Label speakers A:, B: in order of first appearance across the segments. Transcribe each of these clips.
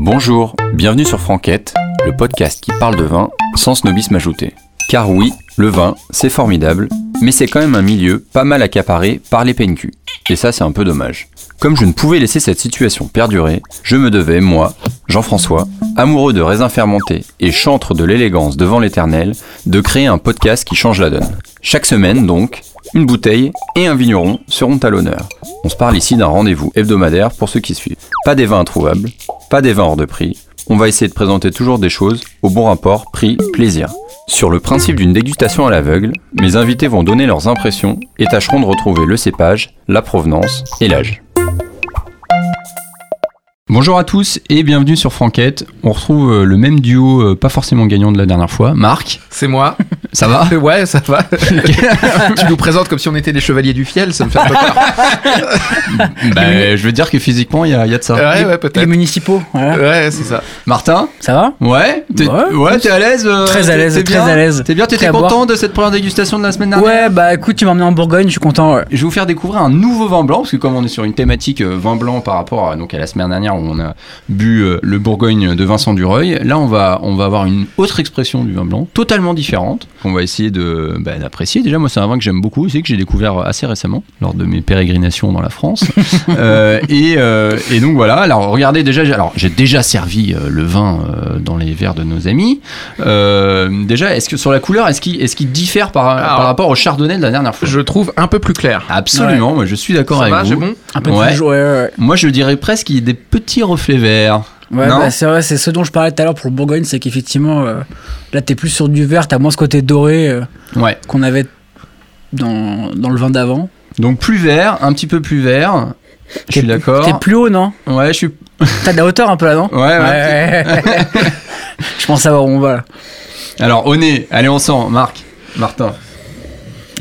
A: Bonjour, bienvenue sur Franquette, le podcast qui parle de vin sans snobisme ajouté. Car oui, le vin, c'est formidable, mais c'est quand même un milieu pas mal accaparé par les PNQ. Et ça, c'est un peu dommage. Comme je ne pouvais laisser cette situation perdurer, je me devais, moi, Jean-François, amoureux de raisins fermentés et chantre de l'élégance devant l'éternel, de créer un podcast qui change la donne. Chaque semaine, donc, une bouteille et un vigneron seront à l'honneur. On se parle ici d'un rendez-vous hebdomadaire pour ceux qui suivent. Pas des vins introuvables, pas des vins hors de prix. On va essayer de présenter toujours des choses au bon rapport prix-plaisir. Sur le principe d'une dégustation à l'aveugle, mes invités vont donner leurs impressions et tâcheront de retrouver le cépage, la provenance et l'âge. Bonjour à tous et bienvenue sur Franquette. On retrouve euh, le même duo, euh, pas forcément gagnant de la dernière fois. Marc,
B: C'est moi.
A: ça va
B: Ouais, ça va. tu nous présentes comme si on était des chevaliers du fiel, ça me fait un peu peur.
A: Ben, Je veux dire que physiquement, il y, a- il y a de ça.
B: Ouais, ouais,
C: Les
B: peut-être.
C: municipaux,
A: Euh.
C: voilà.
B: Ouais, c'est ça.
A: Martin
C: Ça va
A: Ouais T'es
C: Ouais.
A: ouais, t'es à l'aise euh,
C: Très à
A: t'es-
C: l'aise,
A: t'es
C: très
A: bien
C: à l'aise.
A: T'es bien, t'étais
C: Très à boire.
A: content de cette première dégustation de la semaine dernière
C: Ouais, bah écoute, tu m'as emmené en Bourgogne, je suis content. ouais.
A: Je vais vous faire découvrir un nouveau vin blanc, parce que comme on est sur une thématique euh, vin blanc par rapport à, donc à la semaine dernière où on a bu euh, le Bourgogne de Vincent Dureuil, là on va, on va avoir une autre expression du vin blanc, totalement différente, qu'on va essayer de, bah, d'apprécier. Déjà, moi c'est un vin que j'aime beaucoup, c'est que j'ai découvert assez récemment, lors de mes pérégrinations dans la France. Euh, et, euh, et donc voilà, alors regardez déjà, j'ai- alors j'ai déjà servi euh, le vin euh, dans les verres de nos amis. Euh, déjà, est-ce que sur la couleur, est-ce qu'il, est-ce qu'il diffère par, par
B: Alors,
A: rapport au chardonnay de la dernière fois
B: Je trouve un peu plus clair.
A: Absolument, moi je suis d'accord
B: Ça
A: avec
B: va,
A: vous.
B: c'est bon
C: Un peu
A: Ouais.
C: plus ouais, ouais,
A: Moi je dirais presque qu'il y a des petits reflets verts.
C: ouais. Ouais,
A: Non.
C: bah, c'est vrai, c'est ce dont je parlais tout à l'heure pour le Bourgogne, c'est qu'effectivement, euh, là t'es plus sur du vert, t'as moins ce côté doré euh,
A: Ouais.
C: qu'on avait dans, dans le vin d'avant.
A: Donc plus vert, un petit peu plus vert. Je suis
C: T'es- T'es
A: d'accord.
C: plus haut, non
A: Ouais, je suis.
C: T'as de la hauteur un peu là, non
A: Ouais, ouais.
C: Ouais. je pense savoir où on va. là.
A: Alors au nez, allez on sent, Marc, Martin.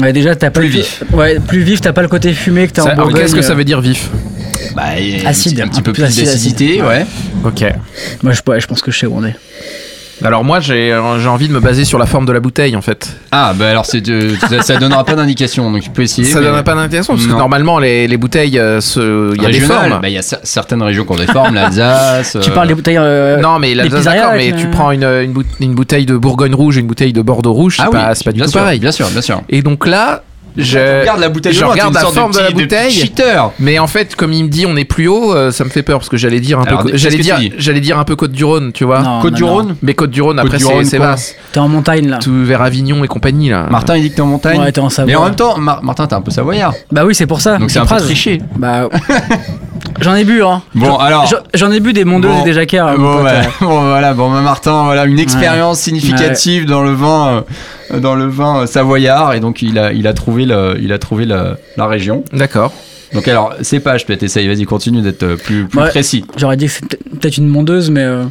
C: Ouais, déjà t'as pas
A: Plus
C: le-
A: vif.
C: Ouais, plus vif, t'as pas le côté fumé
A: Ah,
C: que t'as en
B: Ça-
C: Bourgogne.
B: Qu'est-ce que ça
C: euh.
B: veut dire vif
A: Bah, il y a un
C: Acide,
A: petit- un petit,
C: un
A: peu
C: peu
A: plus
C: acide, acide.
A: d'acidité, ouais.
B: Ok.
C: Moi, je, ouais, je pense que je sais où on est.
B: Alors moi, j'ai euh, j'ai envie de me baser sur la forme de la bouteille, en fait.
A: Ah bah alors c'est de- ça, ça donnera pas d'indication, donc tu peux essayer.
B: Ça
A: mais-
B: donne pas d'intéressant, parce que
A: Non.
B: normalement, les, les bouteilles, euh, se- il y a des
A: Régional,
B: formes.
A: bah, Il y a cer- certaines régions qui ont des formes, l'Alsace.
C: Tu
A: euh,
C: parles des bouteilles. euh,
B: non mais la
C: les pizzerias
B: d'accord mais
C: avec
B: tu
C: le-
B: prends une, une, bout- une bouteille de Bourgogne rouge et une bouteille de Bordeaux rouge c'est
A: Ah oui,
B: pas, c'est pas du
A: bien
B: tout
A: sûr, Bah,
B: pareil
A: Bien sûr, bien sûr.
B: et donc là je
A: Regarde la bouteille.
B: je
A: de vin, t'es une
B: regarde la
A: sorte
B: forme de la
A: petit-
B: bouteille.
A: petit cheater.
B: Mais en fait, comme il me dit on est plus haut, euh, ça me fait peur parce que j'allais dire un
A: Alors,
B: peu,
A: qu'est-ce
B: j'allais
A: que tu
B: dire,
A: dis
B: j'allais dire un peu Côte du Rhône, tu vois.
C: Non,
A: Côte
C: non,
A: du
C: non.
A: Rhône.
B: Mais Côte du Rhône, après
A: du Rhône,
B: c'est c'est
A: quoi.
B: vaste.
C: T'es en montagne là.
B: Tout vers Avignon et compagnie là.
A: Martin, il dit que t'es en montagne.
C: Ouais, t'es en Savoie.
A: Mais en même temps, Mar- Martin, t'es un peu savoyard.
C: Bah oui, c'est pour ça.
A: Donc c'est un
C: une
A: peu
C: phrase.
A: triché.
C: Bah. J'en ai bu, hein.
A: Bon,
C: J'en-
A: alors.
C: j'en- J'en ai bu des mondeuses
A: Bon.
C: et des jacquards. hein, mon
A: Bon,
C: pote,
A: voilà.
C: euh.
A: Bon, voilà, bon, bah, Martin, voilà une expérience significative dans le vin, euh, dans le vin euh, savoyard, et donc il a, il a trouvé, le, il a trouvé la, la région.
B: D'accord.
A: Donc alors, cépage, peut-être essaye, vas-y, continue d'être euh, plus, plus
C: Ouais.
A: précis.
C: J'aurais dit que c'était peut-être une mondeuse, mais. euh,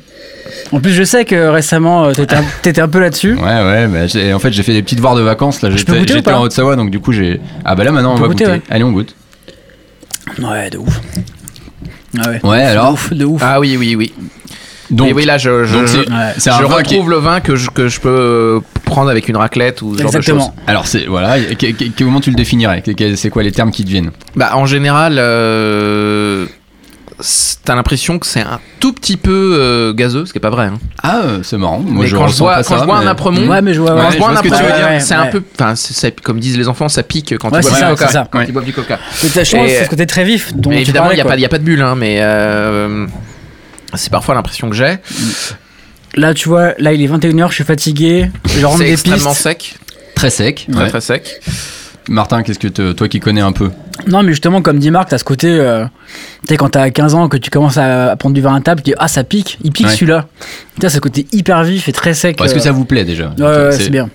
C: En plus, je sais que récemment, euh, t'étais un, t'étais un peu là-dessus.
A: Ouais, ouais, bah, j'ai- en fait, j'ai fait des petits devoirs de vacances, là,
C: Je peux
A: j'étais
C: goûter ou
A: j'étais
C: pas
A: en Haute-Savoie, donc du coup, j'ai. Ah, bah là, maintenant, on,
C: peut
A: va goûter.
C: goûter, ouais.
A: Allez, on goûte.
C: Ouais, de ouf. Ah ouais.
A: Ouais,
C: De
A: alors.
C: ouf, de ouf.
B: Ah oui, oui, oui.
C: Eh
A: Donc,
B: Mais oui, là, je, je,
A: donc c'est
C: ouais.
A: c'est
B: je
A: un vin qui est-
B: retrouve le vin que je, que je peux prendre avec une raclette ou ce genre de choses.
C: Exactement.
A: Alors, c'est. Voilà, et que- que- que- comment tu le définirais Que- que- C'est quoi les termes qui te viennent
B: Bah, en général, euh, c'est- t'as l'impression que c'est un tout petit peu euh, gazeux, ce qui est pas vrai. hein.
A: Ah, euh, c'est marrant. Moi,
B: mais
A: je
B: quand je
A: ressens
B: vois,
A: pas
B: quand
A: ça,
B: je vois
A: mais-
B: un apremont,
C: Ouais, mais je vois.
A: Ouais,
B: quand
C: ouais.
B: je
A: je
B: bois
A: vois ce
B: un
A: que tu veux
B: apremont,
C: dire.
B: c'est
C: Ouais,
B: un
C: ouais.
B: peu, enfin, c'est- ça- comme disent les enfants, ça pique quand
C: Ouais,
B: tu bois
C: c'est
B: du
C: ça,
B: coca.
C: c'est ça.
B: Quand
A: Ouais.
B: tu bois du coca.
C: Mais t'as- Je pense
B: Et-
C: que c'est ce côté très vif. dont
B: Mais
C: tu
B: évidemment, il
C: parlais,
B: n'y a,
C: quoi.
B: pas- y a pas de bulle, hein, mais euh, c'est parfois l'impression que j'ai.
C: Là, tu vois, là, il est 21h, je suis fatigué. Je rentre
B: C'est
C: des
B: extrêmement
C: pistes.
B: sec,
A: Très sec.
B: très
A: ouais.
B: très sec.
A: Martin, qu'est-ce que te- toi qui connais un peu
C: Non, mais justement, comme dit Marc, t'as ce côté. euh, tu sais, quand t'as 15 ans, que tu commences à, à prendre du vin à table, tu dis Ah, ça pique, il pique
A: Ouais.
C: celui-là. Tu sais, ce côté hyper vif et très sec.
A: Bon, Est-ce que
C: euh,
A: ça vous plaît déjà
C: Ouais, ouais, ouais,
A: C'est-
C: c'est bien.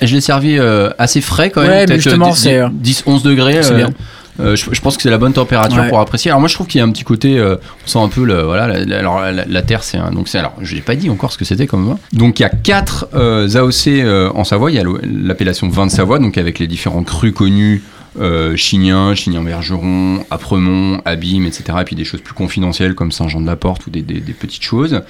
A: Et Je l'ai servi euh, assez frais quand même.
C: Ouais, mais
A: peut-être,
C: justement,
A: euh, dix-
C: c'est, euh,
A: 10, 11 degrés.
C: c'est
A: euh,
C: bien.
A: euh, je, je pense que c'est la bonne température
C: Ouais.
A: pour apprécier. Alors moi je trouve qu'il y a un petit côté, euh, on sent un peu le, voilà, la, la- alors, la- la terre c'est un, donc c'est alors je n'ai pas dit encore ce que c'était comme vin. Donc il y a quatre euh, AOC euh, en Savoie. Il y a le- l'appellation vin de Savoie donc avec les différents crus connus. Euh, Chignin, Chignin-Bergeron, Apremont, Abîme, etc. Et puis des choses plus confidentielles comme Saint-Jean-de-la-Porte ou des, des- des petites choses.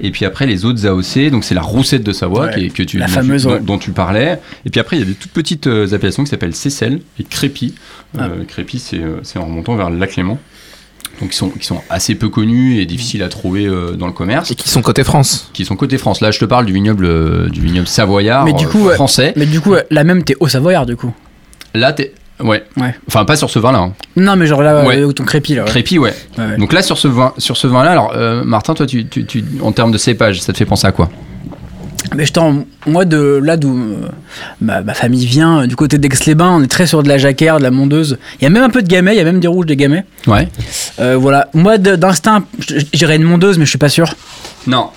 A: Et puis après les autres AOC, donc c'est la roussette de Savoie
C: Ouais.
A: qui est- que tu,
C: La
A: dont,
C: fameuse,
A: tu, dont-
C: ouais.
A: dont tu parlais. Et puis après, il y a des toutes petites euh,
C: Ah.
A: appellations qui s'appellent Cécel et Crépi. Euh, Crépi, c'est euh, c'est en remontant vers le lac Léman. donc qui sont, qui sont assez peu connus et difficiles à trouver euh, dans le commerce,
B: Et qui sont côté France.
A: qui sont côté France. Là, je te parle du vignoble, euh, du vignoble savoyard
C: Mais du
A: euh,
C: coup, ouais.
A: français.
C: Mais du coup, euh, la même, t'es au Savoyard, du coup.
A: Là, t'es. Ouais.
C: Ouais.
A: Enfin, pas sur ce vin-là. hein.
C: Non, mais genre là,
A: Ouais.
C: euh, où ton crépi, là. ouais. Ah
A: Crépi, ouais.
C: Ouais, ouais.
A: Donc là, sur ce vin, sur ce vin-là, alors, euh, Martin, toi, tu, tu- tu- en termes de cépage, ça te fait penser à quoi
C: Mais je t'en- moi de là d'où euh, ma, ma famille vient, euh, du côté d'Aix-les-Bains, on est très sur de la jacquère, de la mondeuse. Il y a même un peu de gamay, il y a même des rouges, des gamay.
A: Ouais.
C: Euh, voilà. Moi de- d'instinct, je- je dirais une mondeuse, mais je suis pas sûr.
A: Non.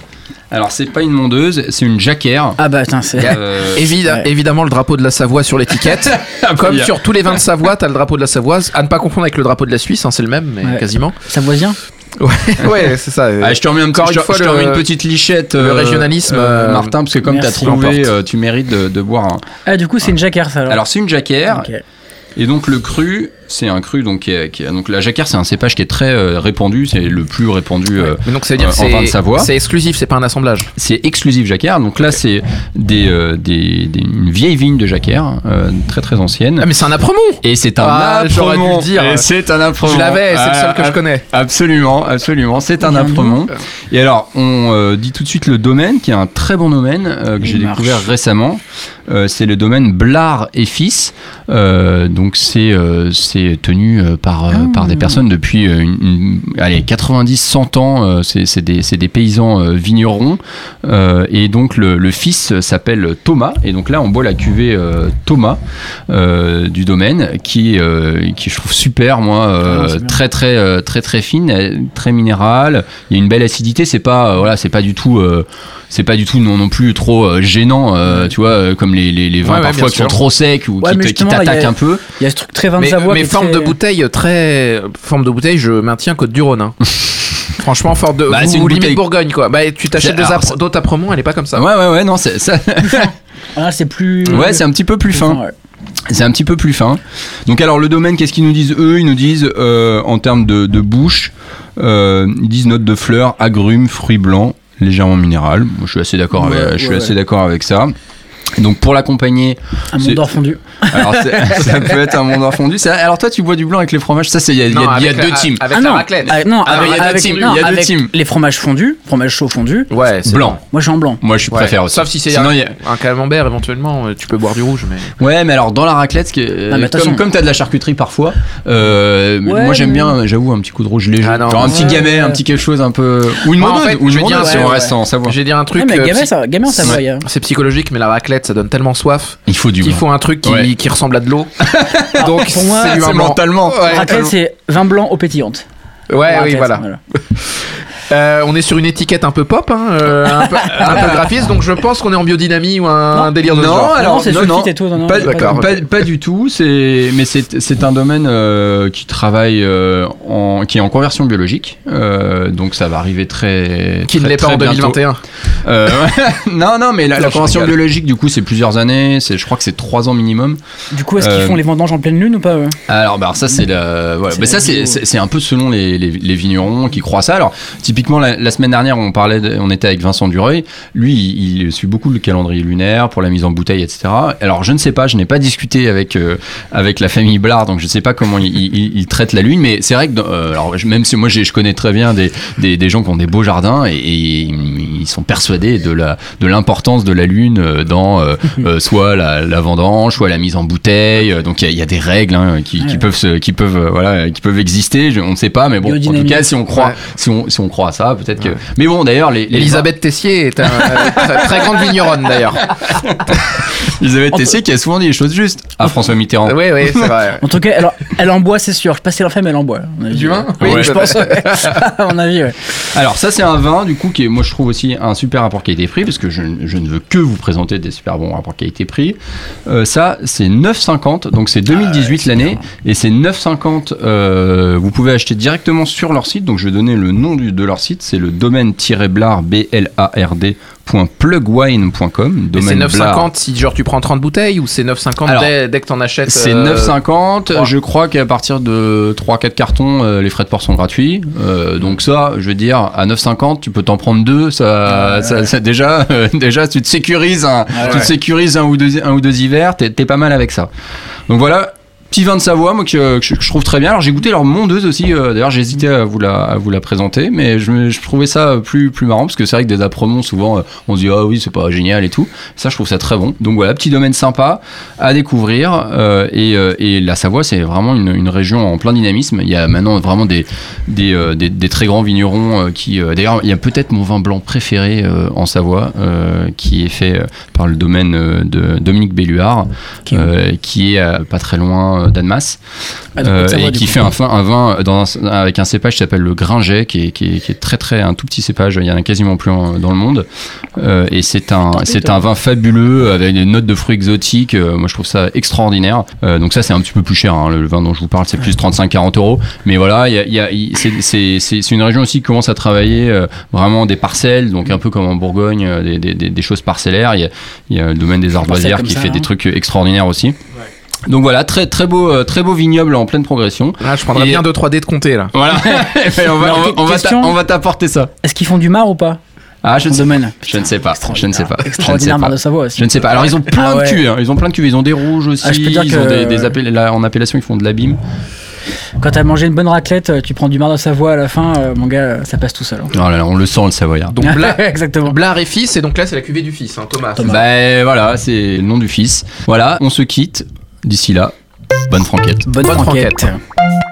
A: Alors, c'est pas une mondeuse, c'est une jacquère.
C: Ah bah tiens, c'est.
A: Euh,
B: Évid-
C: Ouais.
B: Évidemment, le drapeau de la Savoie sur l'étiquette. Comme sur tous les vins de Savoie, t'as le drapeau de la Savoie. À ne pas confondre avec le drapeau de la Suisse, hein, c'est le même, mais
C: Ouais.
B: quasiment.
C: Savoisien
B: Ouais, ouais c'est ça. euh.
A: Ah, je te remets, un
B: Encore
A: petit- je
B: une
A: te-
B: fois,
A: je te
B: le-
A: remets une petite lichette.
B: le régionalisme, euh,
A: Martin, parce que comme tu as
C: merci.
A: trouvé,
B: L'emporte.
A: euh, tu mérites de, de boire un.
C: Ah, du coup, c'est une jacquère, ça alors.
A: Alors, c'est une jacquère.
C: Ok.
A: Et donc, le cru, c'est un cru. Donc, qui est- qui est- donc la jacquère, c'est un cépage qui est très euh, répandu. C'est le plus répandu. euh,
B: Mais donc ça veut dire
A: euh,
B: que
A: en vin de
B: c'est-
A: Savoie.
B: c'est exclusif, c'est pas un assemblage.
A: c'est exclusif jacquère. Donc là, c'est des, euh, des- des- une vieille vigne de jacquère, euh, très très ancienne.
B: Ah mais c'est un appremont
A: Et c'est un
B: Ah, j'aurais dû le
A: appremont.
B: dire.
A: Et c'est un appremont.
B: Je l'avais, c'est le
A: Ah,
B: seul que je
A: ab-
B: connais.
A: Absolument, absolument. C'est un
C: Bien
A: appremont. Et alors, on euh, dit tout de suite le domaine, qui est un très bon domaine euh, que
C: Il
A: j'ai
C: marche.
A: découvert récemment. Euh, c'est le domaine Blard et Fils. Euh, donc, c'est euh, c'est tenu euh, par, euh,
C: Ah.
A: par des personnes depuis euh, une- une- allez, 90, 100 ans. euh, c'est c'est des, c'est des paysans euh, vignerons. Euh, et donc, le, le fils s'appelle Thomas. Et donc, là, on boit la cuvée euh, Thomas euh, du domaine qui, euh, qui je trouve super moi euh,
C: Ah, c'est bien.
A: très très euh, très très fine euh, très minérale il y a une belle acidité c'est pas euh, voilà c'est pas du tout euh, c'est pas du tout non non plus trop euh, gênant euh, tu vois euh, comme les, les, les vins
B: Ouais, ouais,
A: parfois
B: bien
A: qui sont
B: sûr.
A: trop secs ou
C: Ouais,
A: qui
C: mais
A: te- qui
C: justement, là, il y
A: t'attaquent
C: a-
A: un peu
C: Il y a ce truc très vin de
B: Mais,
C: Savoie.
B: mais
C: qui est
B: forme
C: très-
B: de bouteille euh, très forme de bouteille, je maintiens Côte du Rhône. hein. Franchement, forme de
A: Bah, c'est
B: ou,
A: une
B: ou limite
A: bouteille.
B: Bourgogne quoi. Bah tu t'achètes
A: C'est-
B: des
A: alors,
B: appre-
A: c'est-
B: d'autres appremont, elle est pas comme ça.
A: ouais ouais ouais non c'est ça
C: Ah, c'est plus.
A: ouais c'est un petit peu plus fin
C: ouais.
A: C'est un petit peu plus fin. Donc alors le domaine, qu'est-ce qu'ils nous disent eux Ils nous disent euh, en termes de, de bouche, euh, ils disent notes de fleurs, agrumes, fruits blancs, légèrement minéral. Moi, je suis assez d'accord.
C: Ouais,
A: avec, je suis
C: ouais,
A: assez
C: ouais.
A: d'accord avec ça. Donc pour l'accompagner,
C: Un
A: C'est-
C: monde d'or fondu.
A: alors c'est- ça peut être un mondor fondu. C'est- Alors toi, tu bois du blanc avec les fromages. Ça, c'est il y a, il y a-
B: Non,
A: il y a
B: avec la-
A: deux teams.
B: Avec
C: ah
B: la
C: non,
B: raclette.
C: avec- non,
A: Ah, mais il y a
C: avec,
A: deux
C: avec-
A: teams,
C: non,
A: il y a deux
C: avec
A: teams.
C: les fromages fondus, fromage chaud fondu.
B: Ouais, c'est
A: Blanc.
C: Moi, je suis en blanc.
A: Moi, je suis
B: Ouais.
A: préfère aussi.
B: Sauf si c'est
A: Sinon,
B: un,
A: il y a-
B: un camembert éventuellement, euh, tu peux boire du rouge mais
A: Ouais, mais alors dans la raclette, ce qui est- euh,
C: Non, mais
A: comme,
C: attention.
A: comme t'as de la charcuterie parfois, euh,
C: Ouais,
A: moi j'aime
C: mais-
A: bien, j'avoue, un petit coup de rouge léger.
B: Ah non.
A: Genre un petit
C: Ouais,
A: gamet,
C: ouais.
A: un petit quelque chose un peu. Ou une
B: Bah, en
A: mondeuse,
B: fait,
A: ou une
B: je vais dire,
A: mondeuse, si
C: ouais,
A: on
C: ouais.
A: reste en savoir.
B: je vais dire un truc
C: Ouais, Eh, Ah, mais
B: euh,
C: gamin,
B: psy-
C: ça, gamin, ça va. il y a-
B: c'est psychologique mais la raclette ça donne tellement soif
A: Il faut du
B: qu'il
A: blanc.
B: faut un truc qui,
A: Ouais. Oh,
B: qui ressemble à de l'eau. Donc
C: Ah, pour moi,
B: c'est du vin blanc.
A: mentalement.
C: Raclette, c'est vin blanc eau pétillante.
B: Ouais, oui,
C: Raclette,
B: voilà.
A: Bah,
B: Euh, on est sur une étiquette un peu pop, hein, euh, un, peu, un peu graphiste, donc je pense qu'on est en biodynamie ou un,
C: Non.
B: un délire de ce
A: Non,
B: genre.
A: alors,
C: non, c'est
A: non, non.
C: sulfite et tout. Non, non,
A: Pas,
C: il y a
A: pas,
B: d'accord,
A: pas- pas du tout, c'est mais c'est c'est un domaine euh, qui travaille euh, en qui est en conversion biologique, euh, donc ça va arriver très
B: Qui ne
A: très-
B: l'est pas
A: très
B: en
A: bientôt.
B: 2021.
A: Euh, non non mais la, la
B: Non, je
A: conversion
B: rigole.
A: biologique du coup c'est plusieurs années, c'est je crois que c'est trois ans minimum.
C: Du coup, est-ce qu'ils
A: Euh,
C: font les vendanges en pleine lune ou pas eux
A: Alors, bah, alors ça c'est la, voilà.
C: C'est
A: Mais
C: la
A: ça c'est,
C: vidéo.
A: c'est c'est un peu selon les, les, les vignerons qui croient ça. Alors typiquement la, la semaine dernière on parlait, de- on était avec Vincent Dureuil. Lui il, il suit beaucoup le calendrier lunaire pour la mise en bouteille etc. Alors je ne sais pas, je n'ai pas discuté avec euh, avec la famille Blard donc je ne sais pas comment ils il, il- il traitent la lune. Mais c'est vrai que dans- euh, alors je- même si moi j'ai- je connais très bien des, des, des gens qui ont des beaux jardins et, et ils sont persuadés de la de l'importance de la lune euh, dans euh, euh, soit la, la vendange, soit la mise en bouteille. Euh, Donc il y, a- il y a des règles hein, qui, qui
C: Ouais.
A: peuvent se- qui peuvent euh, voilà euh, qui peuvent exister. Je- on ne sait pas, mais bon, en tout
C: Biodynamique.
A: cas, si on croit,
B: Ouais.
A: si on si on croit à ça, peut-être
B: Ouais.
A: que. Mais bon, d'ailleurs, les, les
B: Elisabeth Tessier est un, euh, très, très grande vigneronne d'ailleurs.
A: Elisabeth
C: Entre-
A: Tessier qui a souvent dit les choses justes à François Mitterrand.
B: Oui, oui, c'est vrai.
C: En tout cas, alors, elle en boit, c'est sûr. Je sais pas si elle en fait, mais elle en boit. à mon avis.
B: Du vin
C: Oui,
A: Ouais.
C: je pense. ouais. à mon avis, ouais.
A: Alors ça c'est un vin du coup qui est moi je trouve aussi un super rapport qualité-prix parce que je, je ne veux que vous présenter des super bons rapports qualité-prix. Euh, ça c'est 9,50 donc c'est 2018 l'année et c'est 9,50 euh, vous pouvez acheter directement sur leur site donc je vais donner le nom du- de leur site c'est le domaine-blard b l a r d point plugwine.com
B: Mais c'est
A: domaine Blard.
B: 9,50 si genre tu prends 30 bouteilles ou c'est 9,50
A: Alors,
B: dès, dès que t'en achètes
A: C'est
B: euh,
A: 9,50.
B: trois.
A: Je crois qu'à partir de 3-4 cartons, euh, les frais de port sont gratuits. Euh, donc ça, je veux dire, à 9,50, tu peux t'en prendre deux. Ça, ça, ça- déjà, euh, déjà, tu te sécurises un,
C: Ah ouais.
A: tu te sécurises un ou deux, un ou deux hivers. T'es t'es pas mal avec ça. Donc voilà. Petit vin de Savoie, moi, que, que je, que je trouve très bien. Alors, j'ai goûté leur mondeuse aussi. euh, D'ailleurs, j'hésitais à, vous la- à vous la présenter, mais je, me- je trouvais ça plus, plus marrant parce que c'est vrai que des apremons, souvent, euh, on se dit, ah oui, c'est pas génial et tout. Ça, je trouve ça très bon. Donc voilà, petit domaine sympa à découvrir. euh, et, euh, et la Savoie, c'est vraiment une, une région en plein dynamisme. Il y a maintenant vraiment des, des, euh, des- des très grands vignerons euh, qui. euh, D'ailleurs, il y a peut-être mon vin blanc préféré euh, en Savoie, euh, qui est fait euh, par le domaine euh, de Dominique Belluard,
C: Ok.
A: euh, qui est euh, pas très loin euh, d'Annemasse,
C: Ah, donc,
A: euh,
C: ça va,
A: et
C: du
A: qui
C: coup.
A: fait un, fin- un vin euh, dans un- avec un cépage qui s'appelle le Gringet, qui est, qui, est, qui est très très un tout petit cépage. Il y en a quasiment plus en- dans le monde. Euh, et c'est un
C: Tant pis,
A: c'est
C: toi.
A: un vin fabuleux avec des notes de fruits exotiques. Euh, moi, je trouve ça extraordinaire. Euh, donc ça, c'est un petit peu plus cher. hein. Le vin dont je vous parle, c'est plus 35-40 euros. Mais voilà, il y a- il y a- il- c'est- c'est c'est- c'est une région aussi qui commence à travailler euh, vraiment des parcelles, donc
C: Mm.
A: un peu comme en Bourgogne, euh, des, des- des- des choses parcellaires. Il y a, il y a le domaine des arboisières
C: comme
A: qui
C: ça,
A: fait
C: hein.
A: des trucs extraordinaires aussi. Donc voilà, très très beau, euh, très beau vignoble en pleine progression.
B: euh, Là, je prendrais
A: Et-
B: bien 2-3 dés de compter là.
A: Voilà, Mais on va,
C: Alors,
A: on va- on va t'a-
C: question
A: on va t'apporter ça.
C: Est-ce qu'ils font du mar ou pas
A: Ah, je ne
C: dans le
A: sais,
C: domaine
A: je ne sais pas, Ah, je ne sais pas, je ne sais
C: Extraordinaire
A: pas.
C: mar de Savoie aussi.
A: Je ne sais pas. Alors ils ont plein
C: Ah ouais.
A: de cuvées, hein. ils ont plein de cuvées, ils ont des rouges aussi,
C: Ah, je peux dire
A: ils
C: que- Ah.
A: ont des, des appel- la- en appellation, ils font de l'abîme.
C: Quand t'as mangé une bonne raclette, euh, tu prends du mar de Savoie à la fin, euh, mon gars, euh, ça passe tout seul. hein.
A: Oh là là, on le sent le Savoyard.
C: Ah,
B: Donc Bla-
C: Exactement.
B: Blard et fils, et donc là, c'est la cuvée du fils, hein, Thomas.
C: Thomas.
A: Ben voilà, c'est le nom du fils. Voilà, on se quitte. D'ici là, bonne franquette.
C: Bonne,
B: Bonne
C: franquette.
B: franquette.